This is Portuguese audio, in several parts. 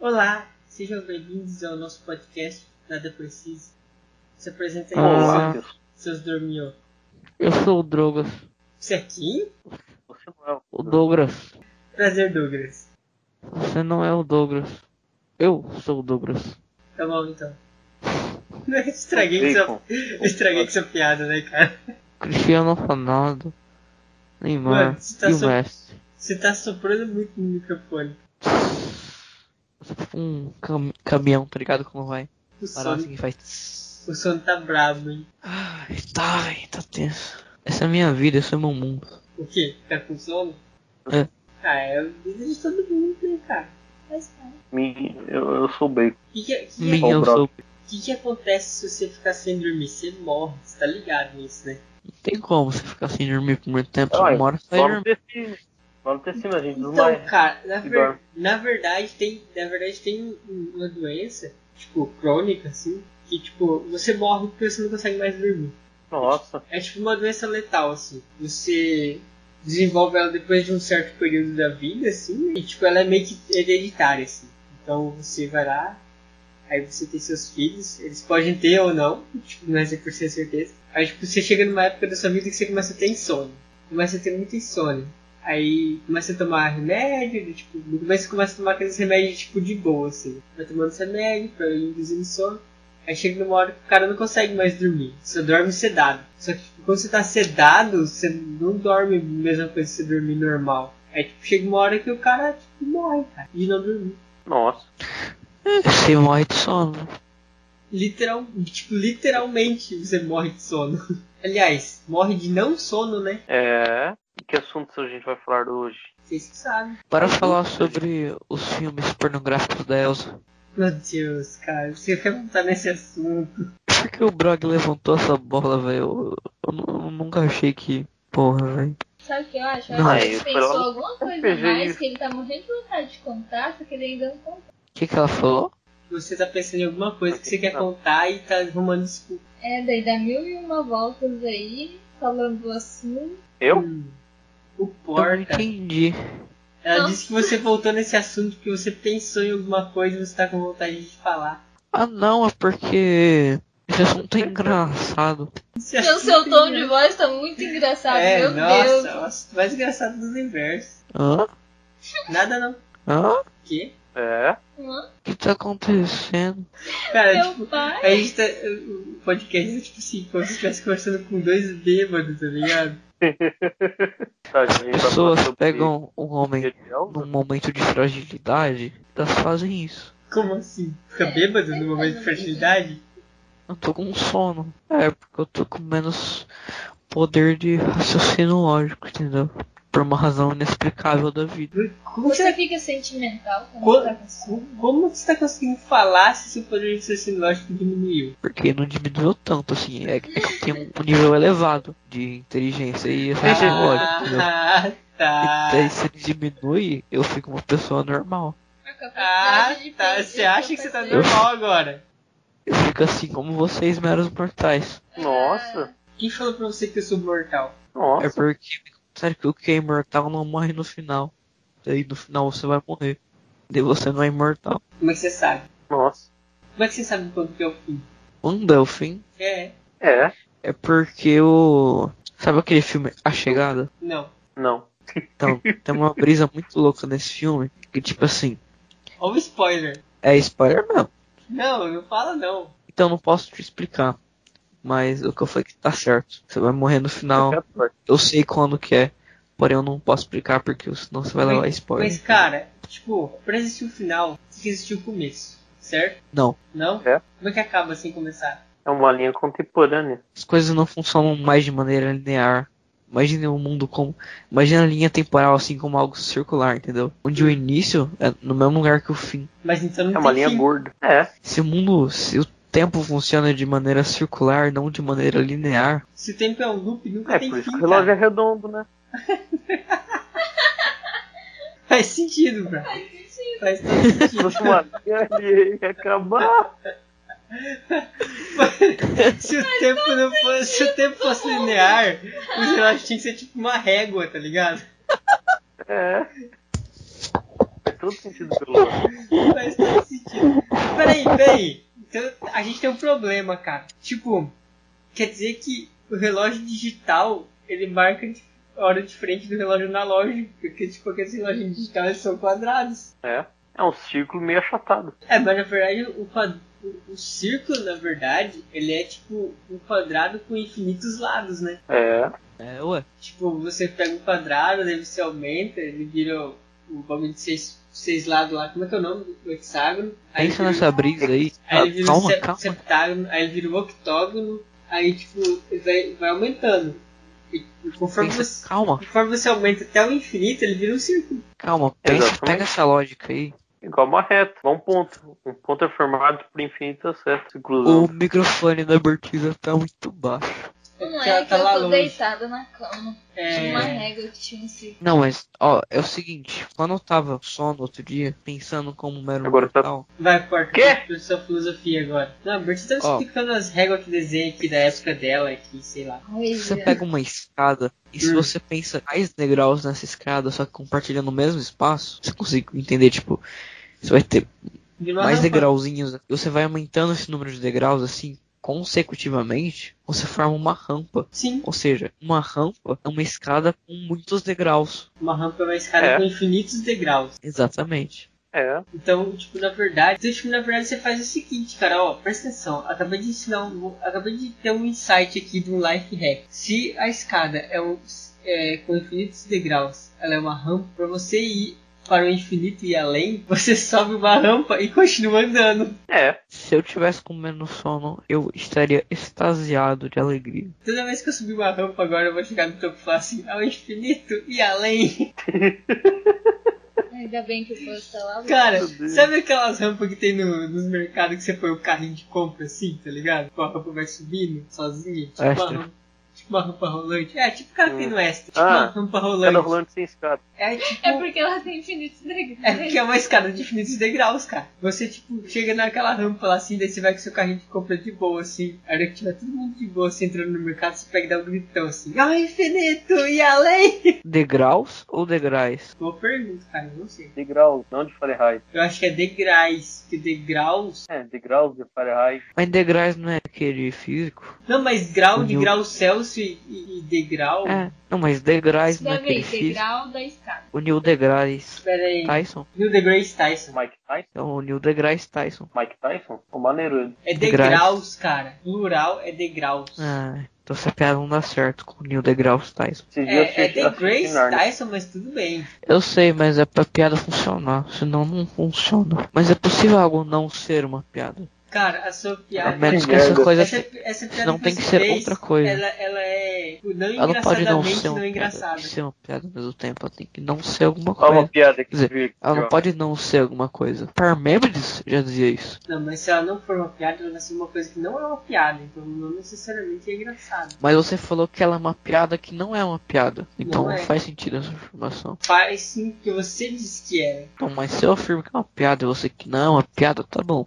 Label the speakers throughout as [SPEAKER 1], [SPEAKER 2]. [SPEAKER 1] Olá, sejam bem-vindos ao nosso podcast Nada Precisa. Se apresenta aí,
[SPEAKER 2] Olá.
[SPEAKER 1] seu- seus dormiu.
[SPEAKER 2] Eu sou o Douglas.
[SPEAKER 1] Certinho?
[SPEAKER 3] Você não é o
[SPEAKER 2] O Douglas.
[SPEAKER 1] Prazer, Douglas.
[SPEAKER 2] Você não é o Douglas. Eu sou o Douglas.
[SPEAKER 1] Tá bom, então. Estraguei,
[SPEAKER 3] Bacon.
[SPEAKER 1] sua... Estraguei com sua piada, né, cara?
[SPEAKER 2] Cristiano Ronaldo. Neymar.
[SPEAKER 1] Mano, você tá
[SPEAKER 2] e o
[SPEAKER 1] so-
[SPEAKER 2] Messi.
[SPEAKER 1] Você tá soprando muito no microfone.
[SPEAKER 2] Um cam- caminhão, tá ligado como vai?
[SPEAKER 1] O
[SPEAKER 2] Parar assim
[SPEAKER 1] sono,
[SPEAKER 2] que faz. tss.
[SPEAKER 1] o sono tá brabo, hein?
[SPEAKER 2] Ai, tá, ai, tá tenso. Essa é a minha vida, esse é o meu mundo.
[SPEAKER 1] O quê? Tá com sono?
[SPEAKER 2] É.
[SPEAKER 1] Ah, é a vida de todo mundo, né, cara? Mas, cara,
[SPEAKER 3] Mi- Eu, eu sou o Bacon.
[SPEAKER 1] o que, é- que, que,
[SPEAKER 2] Minha, eu
[SPEAKER 3] Ó,
[SPEAKER 2] sou.
[SPEAKER 1] que que acontece se você ficar sem dormir? Você morre, você tá ligado nisso, né?
[SPEAKER 2] Não tem como você ficar sem dormir por muito tempo.
[SPEAKER 3] Olha,
[SPEAKER 2] Uma hora você vai
[SPEAKER 3] Vamos
[SPEAKER 2] dormir.
[SPEAKER 3] ter cima. Vamos ter cima, gente.
[SPEAKER 1] Então,
[SPEAKER 3] Desmaia.
[SPEAKER 1] cara, na, ver-
[SPEAKER 3] Dorme.
[SPEAKER 1] na verdade tem, na verdade tem um- um- uma doença, tipo, crônica, assim, que tipo, você morre porque você não consegue mais dormir.
[SPEAKER 3] Nossa.
[SPEAKER 1] É tipo uma doença letal, assim. Você desenvolve ela depois de um certo período da vida, assim, né? e tipo, ela é meio que hereditária, assim. Então você vai lá, aí você tem seus filhos, eles podem ter ou não, tipo, não é 100% certeza. Aí tipo, você chega numa época da sua vida que você começa a ter insônia. Começa a ter muita insônia. Aí começa a tomar remédio, de, tipo, no começo você começa a tomar aqueles remédios tipo de boa, assim. Vai tomando esse remédio pra induzir insônia. Aí chega numa hora que o cara não consegue mais dormir. Você dorme sedado. Só que tipo, quando você tá sedado, você não dorme a mesma coisa que você dormir normal. Aí tipo, chega uma hora que o cara tipo, morre, cara, de não dormir.
[SPEAKER 3] Nossa.
[SPEAKER 2] É, Você morre de sono.
[SPEAKER 1] Literal, tipo, literalmente você morre de sono. Aliás, morre de não sono, né?
[SPEAKER 3] É. Que assunto a gente vai falar hoje?
[SPEAKER 1] Vocês que sabem.
[SPEAKER 2] Para falar sobre os filmes pornográficos da Elsa.
[SPEAKER 1] Meu Deus, cara, você quer montar nesse assunto?
[SPEAKER 2] Por que o Brog levantou essa bola, velho? Eu, eu nu- eu nunca achei que. Porra, velho.
[SPEAKER 4] Sabe o que eu acho? Eu
[SPEAKER 2] Não,
[SPEAKER 4] acho que
[SPEAKER 3] eu
[SPEAKER 4] ele
[SPEAKER 3] fui
[SPEAKER 4] pensou
[SPEAKER 3] lá no
[SPEAKER 4] alguma coisa a
[SPEAKER 3] RPG
[SPEAKER 4] mais
[SPEAKER 3] isso.
[SPEAKER 4] que ele tá morrendo de vontade de contar, só que ele ainda não contou.
[SPEAKER 2] O que, que ela falou?
[SPEAKER 1] Você tá pensando em alguma coisa que você quer contar e tá arrumando desculpa.
[SPEAKER 4] É, daí dá mil e uma voltas aí, falando assim. do assunto.
[SPEAKER 3] Eu?
[SPEAKER 1] Hum, O
[SPEAKER 2] Eu não
[SPEAKER 1] porta.
[SPEAKER 2] entendi.
[SPEAKER 1] Ela
[SPEAKER 4] Não.
[SPEAKER 1] disse que você voltou nesse assunto porque você pensou em alguma coisa e você tá com vontade de falar.
[SPEAKER 2] Ah, não, é porque. Esse assunto é engraçado.
[SPEAKER 1] Esse
[SPEAKER 4] Então
[SPEAKER 1] assunto
[SPEAKER 4] seu tom
[SPEAKER 1] é-
[SPEAKER 4] de voz tá muito engraçado,
[SPEAKER 1] É,
[SPEAKER 4] meu
[SPEAKER 1] nossa,
[SPEAKER 4] Deus.
[SPEAKER 1] nossa, mais engraçado do universo.
[SPEAKER 2] Hã?
[SPEAKER 1] Nada não. O
[SPEAKER 2] Hã?
[SPEAKER 1] quê?
[SPEAKER 3] É.
[SPEAKER 4] Hã?
[SPEAKER 2] O que tá acontecendo?
[SPEAKER 1] Cara,
[SPEAKER 4] Meu
[SPEAKER 1] tipo,
[SPEAKER 4] pai.
[SPEAKER 1] a gente tá. O podcast é tipo assim, como se estivesse conversando com dois bêbados, tá ligado?
[SPEAKER 3] Tá, a gente vai falar
[SPEAKER 2] Pessoas
[SPEAKER 3] sobre
[SPEAKER 2] pegam um homem
[SPEAKER 3] Guia de Elsa?
[SPEAKER 2] num momento de fragilidade, elas fazem isso.
[SPEAKER 1] Como assim? Fica
[SPEAKER 4] É,
[SPEAKER 1] bêbado
[SPEAKER 4] sempre
[SPEAKER 1] no momento de
[SPEAKER 4] faz
[SPEAKER 1] fertilidade?
[SPEAKER 2] Eu tô com sono. É, porque eu tô com menos poder de raciocínio lógico, entendeu? Por uma razão inexplicável da vida.
[SPEAKER 1] Como
[SPEAKER 4] Você
[SPEAKER 1] você,
[SPEAKER 4] fica sentimental quando
[SPEAKER 1] Quando-
[SPEAKER 4] tá com sono?
[SPEAKER 1] como você tá conseguindo falar se seu poder de raciocínio lógico diminuiu?
[SPEAKER 2] Porque não diminuiu tanto, assim. É, é que tem um nível elevado de inteligência e raciocínio lógico, entendeu?
[SPEAKER 1] Ah, tá.
[SPEAKER 2] E daí se diminui, eu fico uma pessoa normal.
[SPEAKER 4] A
[SPEAKER 1] Ah,
[SPEAKER 4] capacidade de
[SPEAKER 1] tá.
[SPEAKER 4] perder
[SPEAKER 1] Você acha que você tá
[SPEAKER 4] capacidade-
[SPEAKER 1] normal agora?
[SPEAKER 2] Eu fico assim como vocês, meros mortais.
[SPEAKER 3] Nossa.
[SPEAKER 1] Quem falou pra você que eu sou mortal?
[SPEAKER 2] É
[SPEAKER 3] Nossa.
[SPEAKER 2] porque, sério, que o que é imortal não morre no final. Daí no final você vai morrer. Daí você não é imortal.
[SPEAKER 1] Como é que você sabe?
[SPEAKER 3] Nossa.
[SPEAKER 1] Como é que você sabe quando que é o fim?
[SPEAKER 2] Um Delfim
[SPEAKER 1] É,
[SPEAKER 3] É.
[SPEAKER 2] é porque o. Sabe aquele filme A Chegada?
[SPEAKER 1] não.
[SPEAKER 3] Não.
[SPEAKER 2] Então, tem uma brisa muito louca nesse filme. Que tipo assim,
[SPEAKER 1] Olha o spoiler.
[SPEAKER 2] é spoiler mesmo.
[SPEAKER 1] Não, não fala não.
[SPEAKER 2] Então não posso te explicar. Mas o que eu falei que tá certo. Você vai morrer no
[SPEAKER 3] É
[SPEAKER 2] final. Eu sei quando que é. Porém eu não posso explicar porque senão você vai levar spoiler.
[SPEAKER 1] Mas, cara, tipo, pra existir o final, tem que existir o começo, certo?
[SPEAKER 2] Não.
[SPEAKER 1] Não?
[SPEAKER 3] É.
[SPEAKER 1] Como é que acaba sem começar?
[SPEAKER 3] É uma linha contemporânea.
[SPEAKER 2] As coisas não funcionam mais de maneira linear. Imagine um mundo como. Imagina a linha temporal assim como algo circular, entendeu? Onde o início é no mesmo lugar que o fim.
[SPEAKER 1] Mas então não
[SPEAKER 3] É
[SPEAKER 1] tem
[SPEAKER 3] uma linha
[SPEAKER 1] fim.
[SPEAKER 3] gorda. É.
[SPEAKER 2] Se o mundo. Se o tempo funciona de maneira circular, não de maneira linear.
[SPEAKER 1] Se o tempo é um loop, nunca
[SPEAKER 3] É
[SPEAKER 1] tem
[SPEAKER 3] por isso
[SPEAKER 1] fim,
[SPEAKER 3] que o
[SPEAKER 1] cara.
[SPEAKER 3] relógio é redondo, né?
[SPEAKER 1] Faz sentido, bro. Faz todo
[SPEAKER 3] Se fosse uma linha, ele ia acabar.
[SPEAKER 1] sentido. se o tempo não fosse, se o tempo fosse linear, o relógio tinha que ser tipo uma régua, tá ligado?
[SPEAKER 3] É. Faz todo sentido pelo lado.
[SPEAKER 1] Faz todo tem um problema, cara. Tipo, quer dizer que o relógio digital, ele marca de- a hora diferente do relógio analógico, porque tipo, aqueles relógios digitais eles são quadrados.
[SPEAKER 3] É. É um círculo meio achatado.
[SPEAKER 1] É, mas na verdade o, quad- o- o círculo, na verdade, ele é tipo um quadrado com infinitos lados, né?
[SPEAKER 3] É.
[SPEAKER 2] É, ué.
[SPEAKER 1] Tipo, você pega um quadrado, daí você aumenta, ele vira o, o bagulho de seis, seis lados lá, como é que é o nome? do hexágono. Aí
[SPEAKER 2] Pensa
[SPEAKER 1] vira-
[SPEAKER 2] nessa brisa aí.
[SPEAKER 1] Aí ele vira um
[SPEAKER 2] Calma,
[SPEAKER 1] sep-
[SPEAKER 2] calma.
[SPEAKER 1] septágono, aí ele vira um octógono, aí tipo, ele vai, vai aumentando. E, e conforme,
[SPEAKER 2] Pensa,
[SPEAKER 1] você,
[SPEAKER 2] calma,
[SPEAKER 1] conforme você aumenta até o infinito, ele vira um círculo.
[SPEAKER 2] calma. Pensa,
[SPEAKER 3] Exatamente.
[SPEAKER 2] pega essa lógica aí.
[SPEAKER 3] Igual uma reta, igual um ponto. Um ponto é formado por infinitas retas se
[SPEAKER 2] O
[SPEAKER 3] cruzando.
[SPEAKER 2] microfone da Bertiza tá muito baixo.
[SPEAKER 1] É
[SPEAKER 4] Não
[SPEAKER 1] porque
[SPEAKER 4] é
[SPEAKER 1] ela
[SPEAKER 4] que
[SPEAKER 1] tá
[SPEAKER 4] eu
[SPEAKER 1] lá
[SPEAKER 4] tô
[SPEAKER 1] longe.
[SPEAKER 4] deitada na cama. Tinha uma
[SPEAKER 1] É,
[SPEAKER 4] régua que tinha um círculo.
[SPEAKER 2] Não, mas, ó, é o seguinte. Quando eu tava só no outro dia, pensando como um mero
[SPEAKER 3] Agora tá-
[SPEAKER 2] mortal,
[SPEAKER 1] vai, corta
[SPEAKER 3] Quê?
[SPEAKER 1] pra sua filosofia agora. Não, a Bertie tá
[SPEAKER 2] Ó.
[SPEAKER 1] explicando as regras que desenha aqui da época dela, aqui, sei lá.
[SPEAKER 4] Ai,
[SPEAKER 2] você
[SPEAKER 4] Juliana.
[SPEAKER 2] pega uma escada e se
[SPEAKER 1] Hum.
[SPEAKER 2] você pensa mais degraus nessa escada, só que compartilhando o mesmo espaço, você consegue entender, tipo... Você vai ter
[SPEAKER 1] De uma
[SPEAKER 2] mais
[SPEAKER 1] rampa-
[SPEAKER 2] degrauzinhos. E você vai aumentando esse número de degraus, assim, consecutivamente. Você forma uma rampa.
[SPEAKER 1] Sim,
[SPEAKER 2] Ou seja, uma rampa é uma escada com muitos degraus.
[SPEAKER 1] uma rampa é uma escada
[SPEAKER 3] É.
[SPEAKER 1] com infinitos degraus.
[SPEAKER 2] Exatamente.
[SPEAKER 3] É.
[SPEAKER 1] Então, tipo, na verdade, então, tipo, na verdade você faz o seguinte, cara, ó, presta atenção, acabei de ensinar um, acabei de ter um insight aqui de um life hack. Se a escada é um é, com infinitos degraus, ela é uma rampa, pra você ir para o infinito e além, você sobe uma rampa e continua andando.
[SPEAKER 3] É.
[SPEAKER 2] Se eu tivesse com menos sono, eu estaria extasiado de alegria.
[SPEAKER 1] Toda vez que eu subir uma rampa agora, eu vou chegar no topo e falar assim, ao infinito e além.
[SPEAKER 4] Ainda bem que o posto tá lá.
[SPEAKER 1] Cara,
[SPEAKER 3] Meu Deus.
[SPEAKER 1] sabe aquelas rampas que tem no, nos mercados que você põe o carrinho de compra assim, tá ligado? Com a rampa vai subindo sozinha, tipo uma
[SPEAKER 2] Extra.
[SPEAKER 1] rampa. Tipo uma rampa rolante. É, tipo o cara que tem no extra. Tipo
[SPEAKER 3] Ah,
[SPEAKER 1] uma rampa rolante.
[SPEAKER 3] Cada rolando sem escada.
[SPEAKER 1] É tipo.
[SPEAKER 4] É porque ela tem infinitos
[SPEAKER 1] É
[SPEAKER 4] degraus.
[SPEAKER 1] porque é uma escada de infinitos degraus, cara. Você, tipo, chega naquela rampa lá assim, daí você vai com seu carrinho de compra de boa, assim. A hora que tiver todo mundo de boa, assim, entrando no mercado, você pega e dá um gritão assim. Ah, infinito e além!
[SPEAKER 2] Degraus ou degraus?
[SPEAKER 1] Boa pergunta, cara, eu não sei.
[SPEAKER 3] De graus, não de Fahrenheit.
[SPEAKER 1] Eu acho que é degraus, porque degraus.
[SPEAKER 3] É, de graus de Fahrenheit.
[SPEAKER 2] Mas degraus não é aquele físico?
[SPEAKER 1] Não, mas grau de
[SPEAKER 2] Uhum.
[SPEAKER 1] grau Celsius e, e- e degrau.
[SPEAKER 2] É. Não, mas degraus não é
[SPEAKER 4] Deve
[SPEAKER 2] aquele
[SPEAKER 4] ir,
[SPEAKER 2] físico.
[SPEAKER 4] degrau da escada.
[SPEAKER 2] O Neil deGrasse
[SPEAKER 1] Pera aí.
[SPEAKER 2] Tyson?
[SPEAKER 1] Neil deGrasse Tyson.
[SPEAKER 3] Mike Tyson?
[SPEAKER 2] É o Neil deGrasse Tyson.
[SPEAKER 3] Mike Tyson? O maneiro ele.
[SPEAKER 1] É
[SPEAKER 2] Degraus.
[SPEAKER 1] degraus, cara. Plural é degraus.
[SPEAKER 2] Ah, então essa piada não dá certo com o Neil deGrasse Tyson.
[SPEAKER 3] Esses dias
[SPEAKER 1] É, é
[SPEAKER 3] assisti- assisti
[SPEAKER 1] deGrace
[SPEAKER 3] Narnia.
[SPEAKER 1] Tyson, mas tudo bem.
[SPEAKER 2] Eu sei, mas é pra piada funcionar, senão não funciona. Mas é possível algo não ser uma piada.
[SPEAKER 1] Cara, a sua
[SPEAKER 2] A
[SPEAKER 1] piada.
[SPEAKER 2] menos que
[SPEAKER 3] merda.
[SPEAKER 2] essa coisa
[SPEAKER 1] Essa, essa piada
[SPEAKER 2] não
[SPEAKER 1] que
[SPEAKER 2] tem que
[SPEAKER 1] você
[SPEAKER 2] ser
[SPEAKER 1] fez,
[SPEAKER 2] outra coisa.
[SPEAKER 1] Ela, ela é tipo, não
[SPEAKER 2] Ela não pode não
[SPEAKER 1] engraçadamente não,
[SPEAKER 2] ser
[SPEAKER 1] é
[SPEAKER 2] uma piada,
[SPEAKER 1] engraçada.
[SPEAKER 2] tem que ser uma piada ao mesmo tempo, ela tem que não ser alguma
[SPEAKER 3] Olha
[SPEAKER 2] coisa.
[SPEAKER 3] uma piada que
[SPEAKER 2] Quer dizer,
[SPEAKER 3] vi aqui,
[SPEAKER 2] Ela não
[SPEAKER 3] ó.
[SPEAKER 2] pode não ser alguma coisa. Parmênides já dizia isso.
[SPEAKER 1] Não, mas se ela não for uma piada, ela vai ser uma coisa que não é uma piada. Então não necessariamente é engraçada.
[SPEAKER 2] Mas você falou que ela é uma piada que não é uma piada. Então
[SPEAKER 1] Não
[SPEAKER 2] não,
[SPEAKER 1] é.
[SPEAKER 2] faz sentido essa afirmação.
[SPEAKER 1] Faz sim que você disse que é. era.
[SPEAKER 2] Então, mas se eu afirmo que é uma piada e você que não é uma piada, tá bom.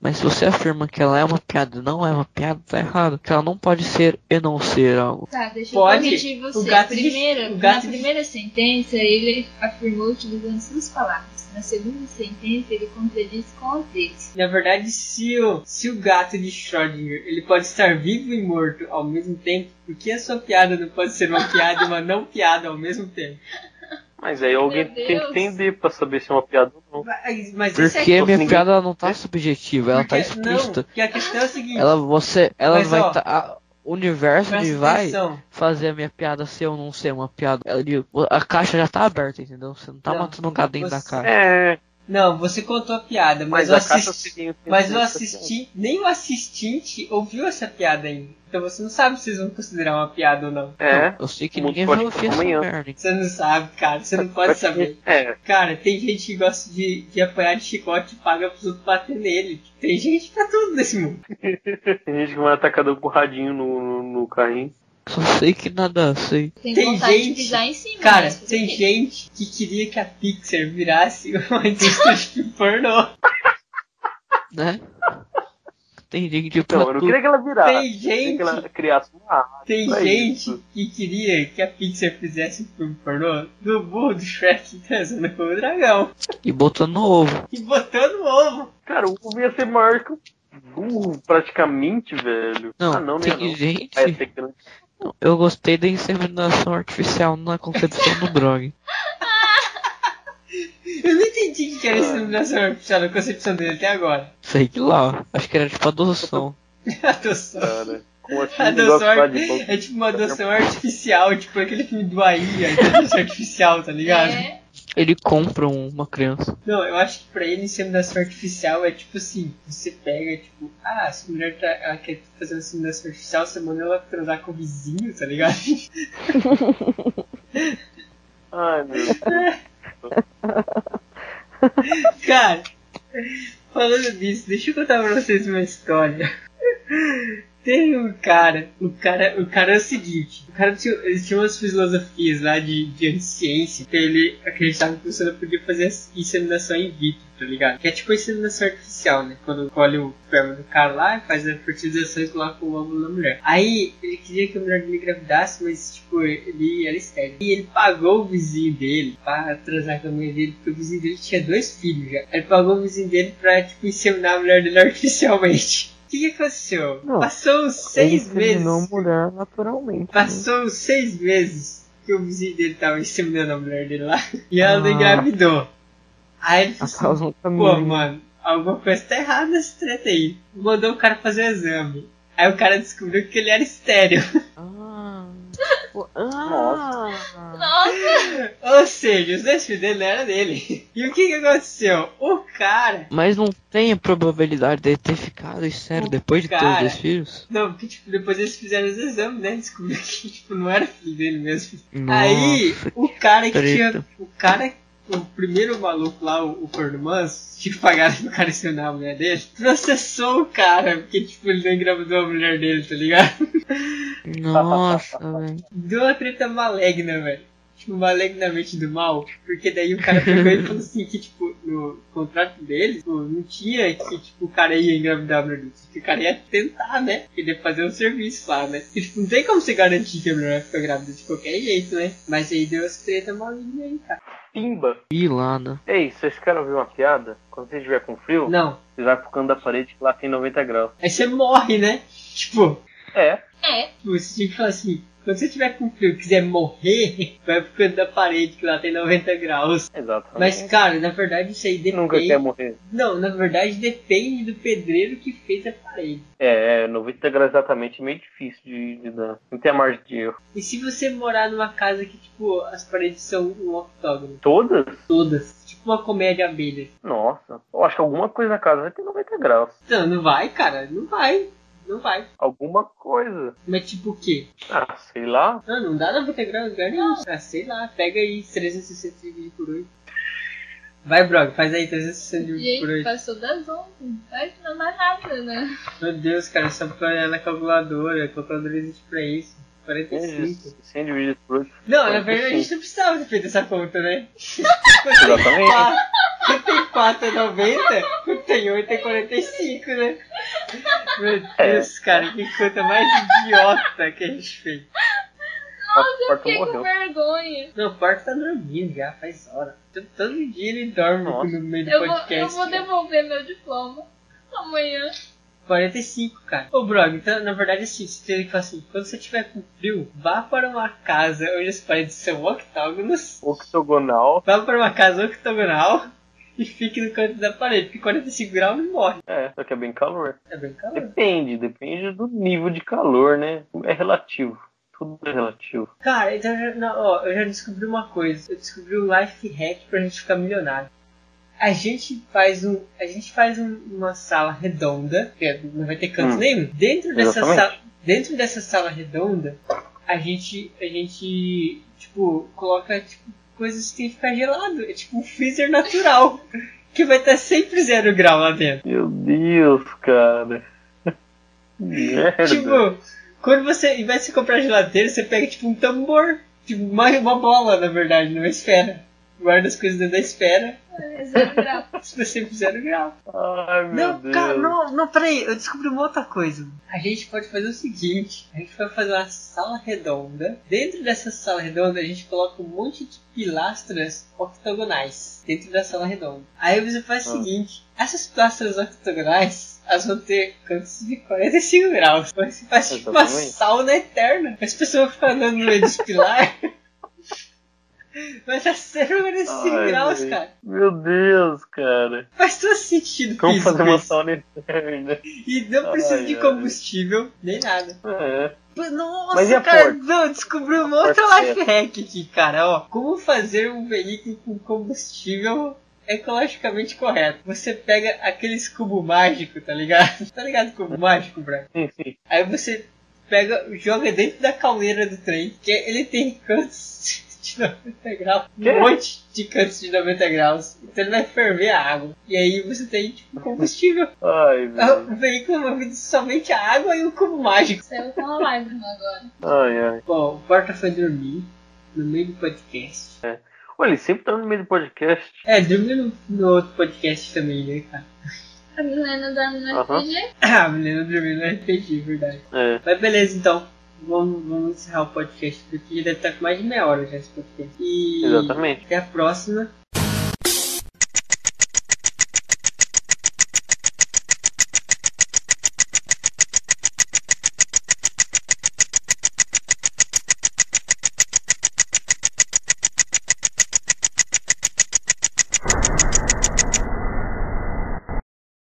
[SPEAKER 2] Mas se você afirma que ela é uma piada e não é uma piada, tá errado. Que ela não pode ser e não ser algo.
[SPEAKER 4] Tá, deixa
[SPEAKER 1] Pode.
[SPEAKER 4] eu corrigir você.
[SPEAKER 1] O gato de-
[SPEAKER 4] primeira,
[SPEAKER 1] o gato de-
[SPEAKER 4] na primeira sentença, ele afirmou utilizando suas palavras. Na segunda sentença, ele contradisse com as deles.
[SPEAKER 1] Na verdade, se o, se o gato de Schrödinger ele pode estar vivo e morto ao mesmo tempo, por que a sua piada não pode ser uma piada e uma não piada ao mesmo tempo?
[SPEAKER 3] Mas aí alguém
[SPEAKER 4] Meu
[SPEAKER 3] tem que
[SPEAKER 4] Deus.
[SPEAKER 3] entender pra saber se é uma piada ou não.
[SPEAKER 1] Mas, mas esse é
[SPEAKER 2] Porque minha
[SPEAKER 3] ninguém-
[SPEAKER 2] piada ela não tá subjetiva, ela tá
[SPEAKER 1] porque-
[SPEAKER 2] explícita.
[SPEAKER 1] Não, porque a questão é o seguinte.
[SPEAKER 2] Ela você, ela
[SPEAKER 1] Mas,
[SPEAKER 2] vai
[SPEAKER 1] ó,
[SPEAKER 2] tá, a- o universo onde
[SPEAKER 1] presta
[SPEAKER 2] vai
[SPEAKER 1] atenção.
[SPEAKER 2] fazer a minha piada ser ou não ser uma piada. Ela diz, a caixa já tá aberta, entendeu? Você não tá
[SPEAKER 1] Não,
[SPEAKER 2] matando um gato dentro da
[SPEAKER 1] você-
[SPEAKER 2] caixa.
[SPEAKER 3] É,
[SPEAKER 1] Não, você contou a piada, mas,
[SPEAKER 3] mas
[SPEAKER 1] eu
[SPEAKER 3] a caixa
[SPEAKER 1] assisti.
[SPEAKER 3] seria
[SPEAKER 1] Mas o assistente, nem o assistente ouviu essa piada ainda. Então você não sabe se vocês vão considerar uma piada ou não.
[SPEAKER 3] É.
[SPEAKER 2] Eu sei que
[SPEAKER 3] Todo mundo
[SPEAKER 2] ninguém vai
[SPEAKER 3] pode
[SPEAKER 2] ouvir
[SPEAKER 3] ficar
[SPEAKER 2] essa
[SPEAKER 3] amanhã.
[SPEAKER 2] merda.
[SPEAKER 1] Você não sabe, cara. Você não pode saber.
[SPEAKER 3] É,
[SPEAKER 1] Cara, tem gente que gosta de, de apanhar de chicote e paga pros outros bater nele. Tem gente pra tudo nesse mundo.
[SPEAKER 3] tem gente que vai atacar dando burradinho no, no, no carrinho.
[SPEAKER 2] Só sei que nada sei.
[SPEAKER 4] Tem,
[SPEAKER 1] Tem
[SPEAKER 4] vontade
[SPEAKER 1] gente-
[SPEAKER 4] de pisar em cima.
[SPEAKER 1] Cara,
[SPEAKER 4] mas tudo
[SPEAKER 1] tem
[SPEAKER 4] bem.
[SPEAKER 1] gente que queria que a Pixar virasse uma indústria de filme pornô.
[SPEAKER 2] Né? Tem gente pra
[SPEAKER 3] Não, Então, eu não
[SPEAKER 2] tudo.
[SPEAKER 3] queria que ela virasse.
[SPEAKER 1] Tem
[SPEAKER 3] Queria que
[SPEAKER 1] gente,
[SPEAKER 3] ela criasse uma arma.
[SPEAKER 1] tem
[SPEAKER 3] é
[SPEAKER 1] gente
[SPEAKER 3] isso.
[SPEAKER 1] que queria que a Pixar fizesse um filme pornô do burro do Shrek dançando com o dragão.
[SPEAKER 2] E botou no ovo.
[SPEAKER 1] E botando ovo.
[SPEAKER 3] Cara, o ovo ia ser maior que o burro, praticamente, velho.
[SPEAKER 2] Não,
[SPEAKER 3] ah, não, né?
[SPEAKER 2] tem
[SPEAKER 3] Não.
[SPEAKER 2] gente.
[SPEAKER 3] Ah, é tecno-
[SPEAKER 2] Não, Eu gostei da inseminação artificial na concepção do Brog.
[SPEAKER 1] Eu não entendi o que era inseminação artificial na concepção dele até agora.
[SPEAKER 2] Sei que lá, acho que era tipo adoção.
[SPEAKER 1] Adoção.
[SPEAKER 3] cara. Como assim?
[SPEAKER 1] A
[SPEAKER 3] o negócio
[SPEAKER 1] adoção
[SPEAKER 3] lá
[SPEAKER 1] ar-
[SPEAKER 3] de banco?
[SPEAKER 1] é tipo uma adoção artificial, tipo aquele filme do Aí, a inteligência artificial, tá ligado?
[SPEAKER 4] É,
[SPEAKER 2] Ele compra um- uma criança.
[SPEAKER 1] Não, eu acho que pra ele inseminação artificial é tipo assim, você pega, tipo, ah, se a mulher tá, ela quer fazer uma inseminação artificial, você manda ela transar com o vizinho, tá ligado?
[SPEAKER 3] Ai, meu Deus.
[SPEAKER 1] Cara, falando disso, deixa eu contar pra vocês uma história. Teve um cara, o cara, o cara é o seguinte, o cara tinha, ele tinha umas filosofias lá de, de ciência, que ele acreditava que você não podia fazer as- inseminação in vitro, tá ligado? Que é tipo a inseminação artificial, né? Quando colhe o esperma do cara lá, faz a fertilização e coloca o óvulo na mulher. Aí, ele queria que a mulher dele engravidasse, mas tipo, ele era estéril. E ele pagou o vizinho dele pra transar com a mulher dele, porque o vizinho dele tinha dois filhos já. Ele pagou o vizinho dele pra, tipo, inseminar a mulher dele artificialmente. O que, que aconteceu?
[SPEAKER 5] Não,
[SPEAKER 1] Passou uns seis
[SPEAKER 5] Ele
[SPEAKER 1] meses.
[SPEAKER 5] terminou mulher naturalmente.
[SPEAKER 1] Passou uns seis meses que o vizinho dele tava inseminando a mulher dele lá e ela não
[SPEAKER 5] Ah. um
[SPEAKER 1] engravidou. Aí ele
[SPEAKER 5] As
[SPEAKER 1] falou
[SPEAKER 5] causas
[SPEAKER 1] assim,
[SPEAKER 5] não
[SPEAKER 1] pô,
[SPEAKER 5] caminham.
[SPEAKER 1] mano, alguma coisa tá errada nesse treta aí. Mandou o cara fazer o exame. Aí o cara descobriu que ele era estéreo.
[SPEAKER 5] Ah,
[SPEAKER 2] Ah.
[SPEAKER 4] nossa,
[SPEAKER 1] Ou seja, os dois filhos dele não eram dele. E o que que aconteceu? O cara...
[SPEAKER 2] Mas não tem a probabilidade de ter ficado estéreo depois de ter os
[SPEAKER 1] Cara.
[SPEAKER 2] dois filhos?
[SPEAKER 1] Não, porque tipo, depois eles fizeram os exames, né? Descobriu que tipo, não era filho dele mesmo.
[SPEAKER 2] Nossa,
[SPEAKER 1] Aí, o cara que
[SPEAKER 2] treta.
[SPEAKER 1] tinha. O cara. O primeiro maluco lá, o, o corno manso, tinha que pagar pro cara acionar a mulher dele, processou o cara, porque, tipo, ele não engravidou a mulher dele, tá ligado?
[SPEAKER 2] Nossa, velho.
[SPEAKER 1] Deu uma treta maligna, tá velho. Tipo, malignamente do mal, porque daí o cara pegou e falou assim, que, tipo, no contrato dele, tipo, não tinha que, tipo, o cara ia engravidar a mulher dele, que o cara ia tentar, né? Ele ia fazer um serviço lá, né? E, tipo, não tem como você garantir que a mulher vai ficar grávida de qualquer jeito, né? Mas aí deu as treta maligna aí, cara.
[SPEAKER 3] Pimba.
[SPEAKER 2] Pilada.
[SPEAKER 3] Ei, vocês querem ouvir uma piada? Quando você estiver com frio,
[SPEAKER 1] Não.
[SPEAKER 3] você vai pro canto da parede que lá tem 90 graus.
[SPEAKER 1] Aí você morre, né? Tipo,
[SPEAKER 3] É.
[SPEAKER 4] é,
[SPEAKER 1] você tinha que falar assim, quando você tiver com frio e quiser morrer, vai pro canto da parede que lá tem 90 graus.
[SPEAKER 3] Exatamente.
[SPEAKER 1] Mas, cara, na verdade isso aí
[SPEAKER 3] Quem
[SPEAKER 1] depende...
[SPEAKER 3] nunca quer morrer.
[SPEAKER 1] Não, na verdade depende do pedreiro que fez a parede.
[SPEAKER 3] É, é, 90 graus exatamente é meio difícil de, de dar. Não tem a margem de erro.
[SPEAKER 1] E se você morar numa casa que, tipo, as paredes são um octógono,
[SPEAKER 3] Todas?
[SPEAKER 1] todas, tipo uma colmeia de abelhas.
[SPEAKER 3] Nossa. Eu acho que alguma coisa na casa vai ter 90 graus.
[SPEAKER 1] Não, não vai, cara, não vai, não vai.
[SPEAKER 3] Alguma coisa.
[SPEAKER 1] Mas tipo o quê?
[SPEAKER 3] Ah, sei lá.
[SPEAKER 1] Não, não dá 90 graus, lugar nenhum. Ah, sei lá, pega aí 360 dividido por 8. Vai, Brog, faz aí 360 dividido por
[SPEAKER 4] gente,
[SPEAKER 1] 8.
[SPEAKER 4] passou das 11, vai que não mais rápido, né?
[SPEAKER 1] Meu Deus, cara, só planejar na calculadora, a calculadora existe pra isso. 45.
[SPEAKER 3] 100 dividido por 8.
[SPEAKER 1] Não, na verdade a gente não precisava ter feito essa conta, né?
[SPEAKER 3] Exatamente.
[SPEAKER 1] 54 é 90, 48 é 45, né? Meu
[SPEAKER 4] É.
[SPEAKER 1] Deus, cara, que conta mais idiota que a gente fez.
[SPEAKER 3] Nossa,
[SPEAKER 4] Fiquei com vergonha.
[SPEAKER 1] Não, o Porco tá dormindo já, faz hora. Todo- Todo dia ele dorme
[SPEAKER 3] Nossa.
[SPEAKER 1] no meio do
[SPEAKER 4] Eu vou,
[SPEAKER 1] podcast. né?
[SPEAKER 4] eu vou
[SPEAKER 1] cara.
[SPEAKER 4] devolver meu diploma amanhã.
[SPEAKER 1] 45, cara. Ô, Brog, então, na verdade, assim, você teria que falar assim, quando você tiver com frio, vá para uma casa onde as paredes são octógonos,
[SPEAKER 3] Octogonal.
[SPEAKER 1] vá para uma casa octogonal e fique no canto da parede, porque 45 graus não morre.
[SPEAKER 3] É, só que é bem calor.
[SPEAKER 1] É bem calor.
[SPEAKER 3] Depende, depende do nível de calor, né? É relativo. Tudo é relativo.
[SPEAKER 1] Cara, então, eu já- não, ó, eu já descobri uma coisa. Eu descobri um life hack pra gente ficar milionário. A gente faz um, a gente faz um- uma sala redonda, que é- não vai ter canto
[SPEAKER 3] Hum.
[SPEAKER 1] nenhum. Dentro dessa
[SPEAKER 3] Exatamente.
[SPEAKER 1] sala, dentro dessa sala redonda, a gente, a gente, tipo, coloca tipo, coisas que tem que ficar gelado. É tipo um freezer natural, que vai estar sempre zero grau lá dentro.
[SPEAKER 3] Meu Deus, cara. Merda.
[SPEAKER 1] Tipo, quando você, em vez de você comprar geladeira, você pega tipo um tambor. Tipo, uma, uma bola, na verdade, numa esfera. Guarda as coisas dentro da esfera.
[SPEAKER 4] É zero grau.
[SPEAKER 1] Se você fizer é no grau.
[SPEAKER 3] Ai, meu
[SPEAKER 1] Não,
[SPEAKER 3] Deus.
[SPEAKER 1] cara, não, é não, peraí, eu descobri uma outra coisa. A gente pode fazer o seguinte: a gente vai fazer uma sala redonda. Dentro dessa sala redonda, a gente coloca um monte de pilastras octogonais dentro da sala redonda. Aí você faz o
[SPEAKER 3] Ah.
[SPEAKER 1] seguinte: essas pilastras octogonais. Elas vão ter cantos de 45 graus. Mas Você faz tipo uma
[SPEAKER 3] Exatamente.
[SPEAKER 1] sauna eterna. As pessoas vão ficar andando no meio dos pilares. Vai estar 45
[SPEAKER 3] Ai,
[SPEAKER 1] graus,
[SPEAKER 3] velho.
[SPEAKER 1] cara.
[SPEAKER 3] Meu Deus, cara.
[SPEAKER 1] Faz todo sentido.
[SPEAKER 3] Como
[SPEAKER 1] físico
[SPEAKER 3] fazer uma
[SPEAKER 1] isso.
[SPEAKER 3] sauna eterna?
[SPEAKER 1] E não precisa
[SPEAKER 3] Ai,
[SPEAKER 1] de
[SPEAKER 3] ai.
[SPEAKER 1] combustível, nem nada.
[SPEAKER 3] É.
[SPEAKER 1] Pô, Nossa,
[SPEAKER 3] Mas e a
[SPEAKER 1] cara,
[SPEAKER 3] Ford?
[SPEAKER 1] não, descobriu uma
[SPEAKER 3] A
[SPEAKER 1] outra
[SPEAKER 3] Ford
[SPEAKER 1] life hack aqui, cara, ó. Como fazer um veículo com combustível ecologicamente correto. Você pega aqueles cubo mágico, tá ligado? Tá ligado cubo mágico, Branco?
[SPEAKER 3] Sim, sim.
[SPEAKER 1] Aí você pega, joga dentro da caldeira do trem, que ele tem cantos de 90 graus.
[SPEAKER 3] Quê?
[SPEAKER 1] Um monte de cantos de 90 graus. Então ele vai ferver a água. E aí você tem, tipo, combustível.
[SPEAKER 3] Ai, meu
[SPEAKER 1] O veículo movido somente a água e o cubo mágico.
[SPEAKER 4] Saiu com Tá uma lágrima agora.
[SPEAKER 3] Ai, ai.
[SPEAKER 1] Bom, o Porta foi dormir no meio do podcast.
[SPEAKER 3] Olha, ele sempre tá no meio do podcast.
[SPEAKER 1] É, dormiu no, no outro podcast também, né, cara?
[SPEAKER 4] A Milena dorme no
[SPEAKER 3] Aham.
[SPEAKER 4] RPG.
[SPEAKER 1] Ah, a menina dormiu no RPG, verdade.
[SPEAKER 3] É.
[SPEAKER 1] Mas beleza, então. Vamos, vamos encerrar o podcast, porque já deve estar com mais de meia hora já esse podcast. E
[SPEAKER 3] Exatamente.
[SPEAKER 1] até a próxima.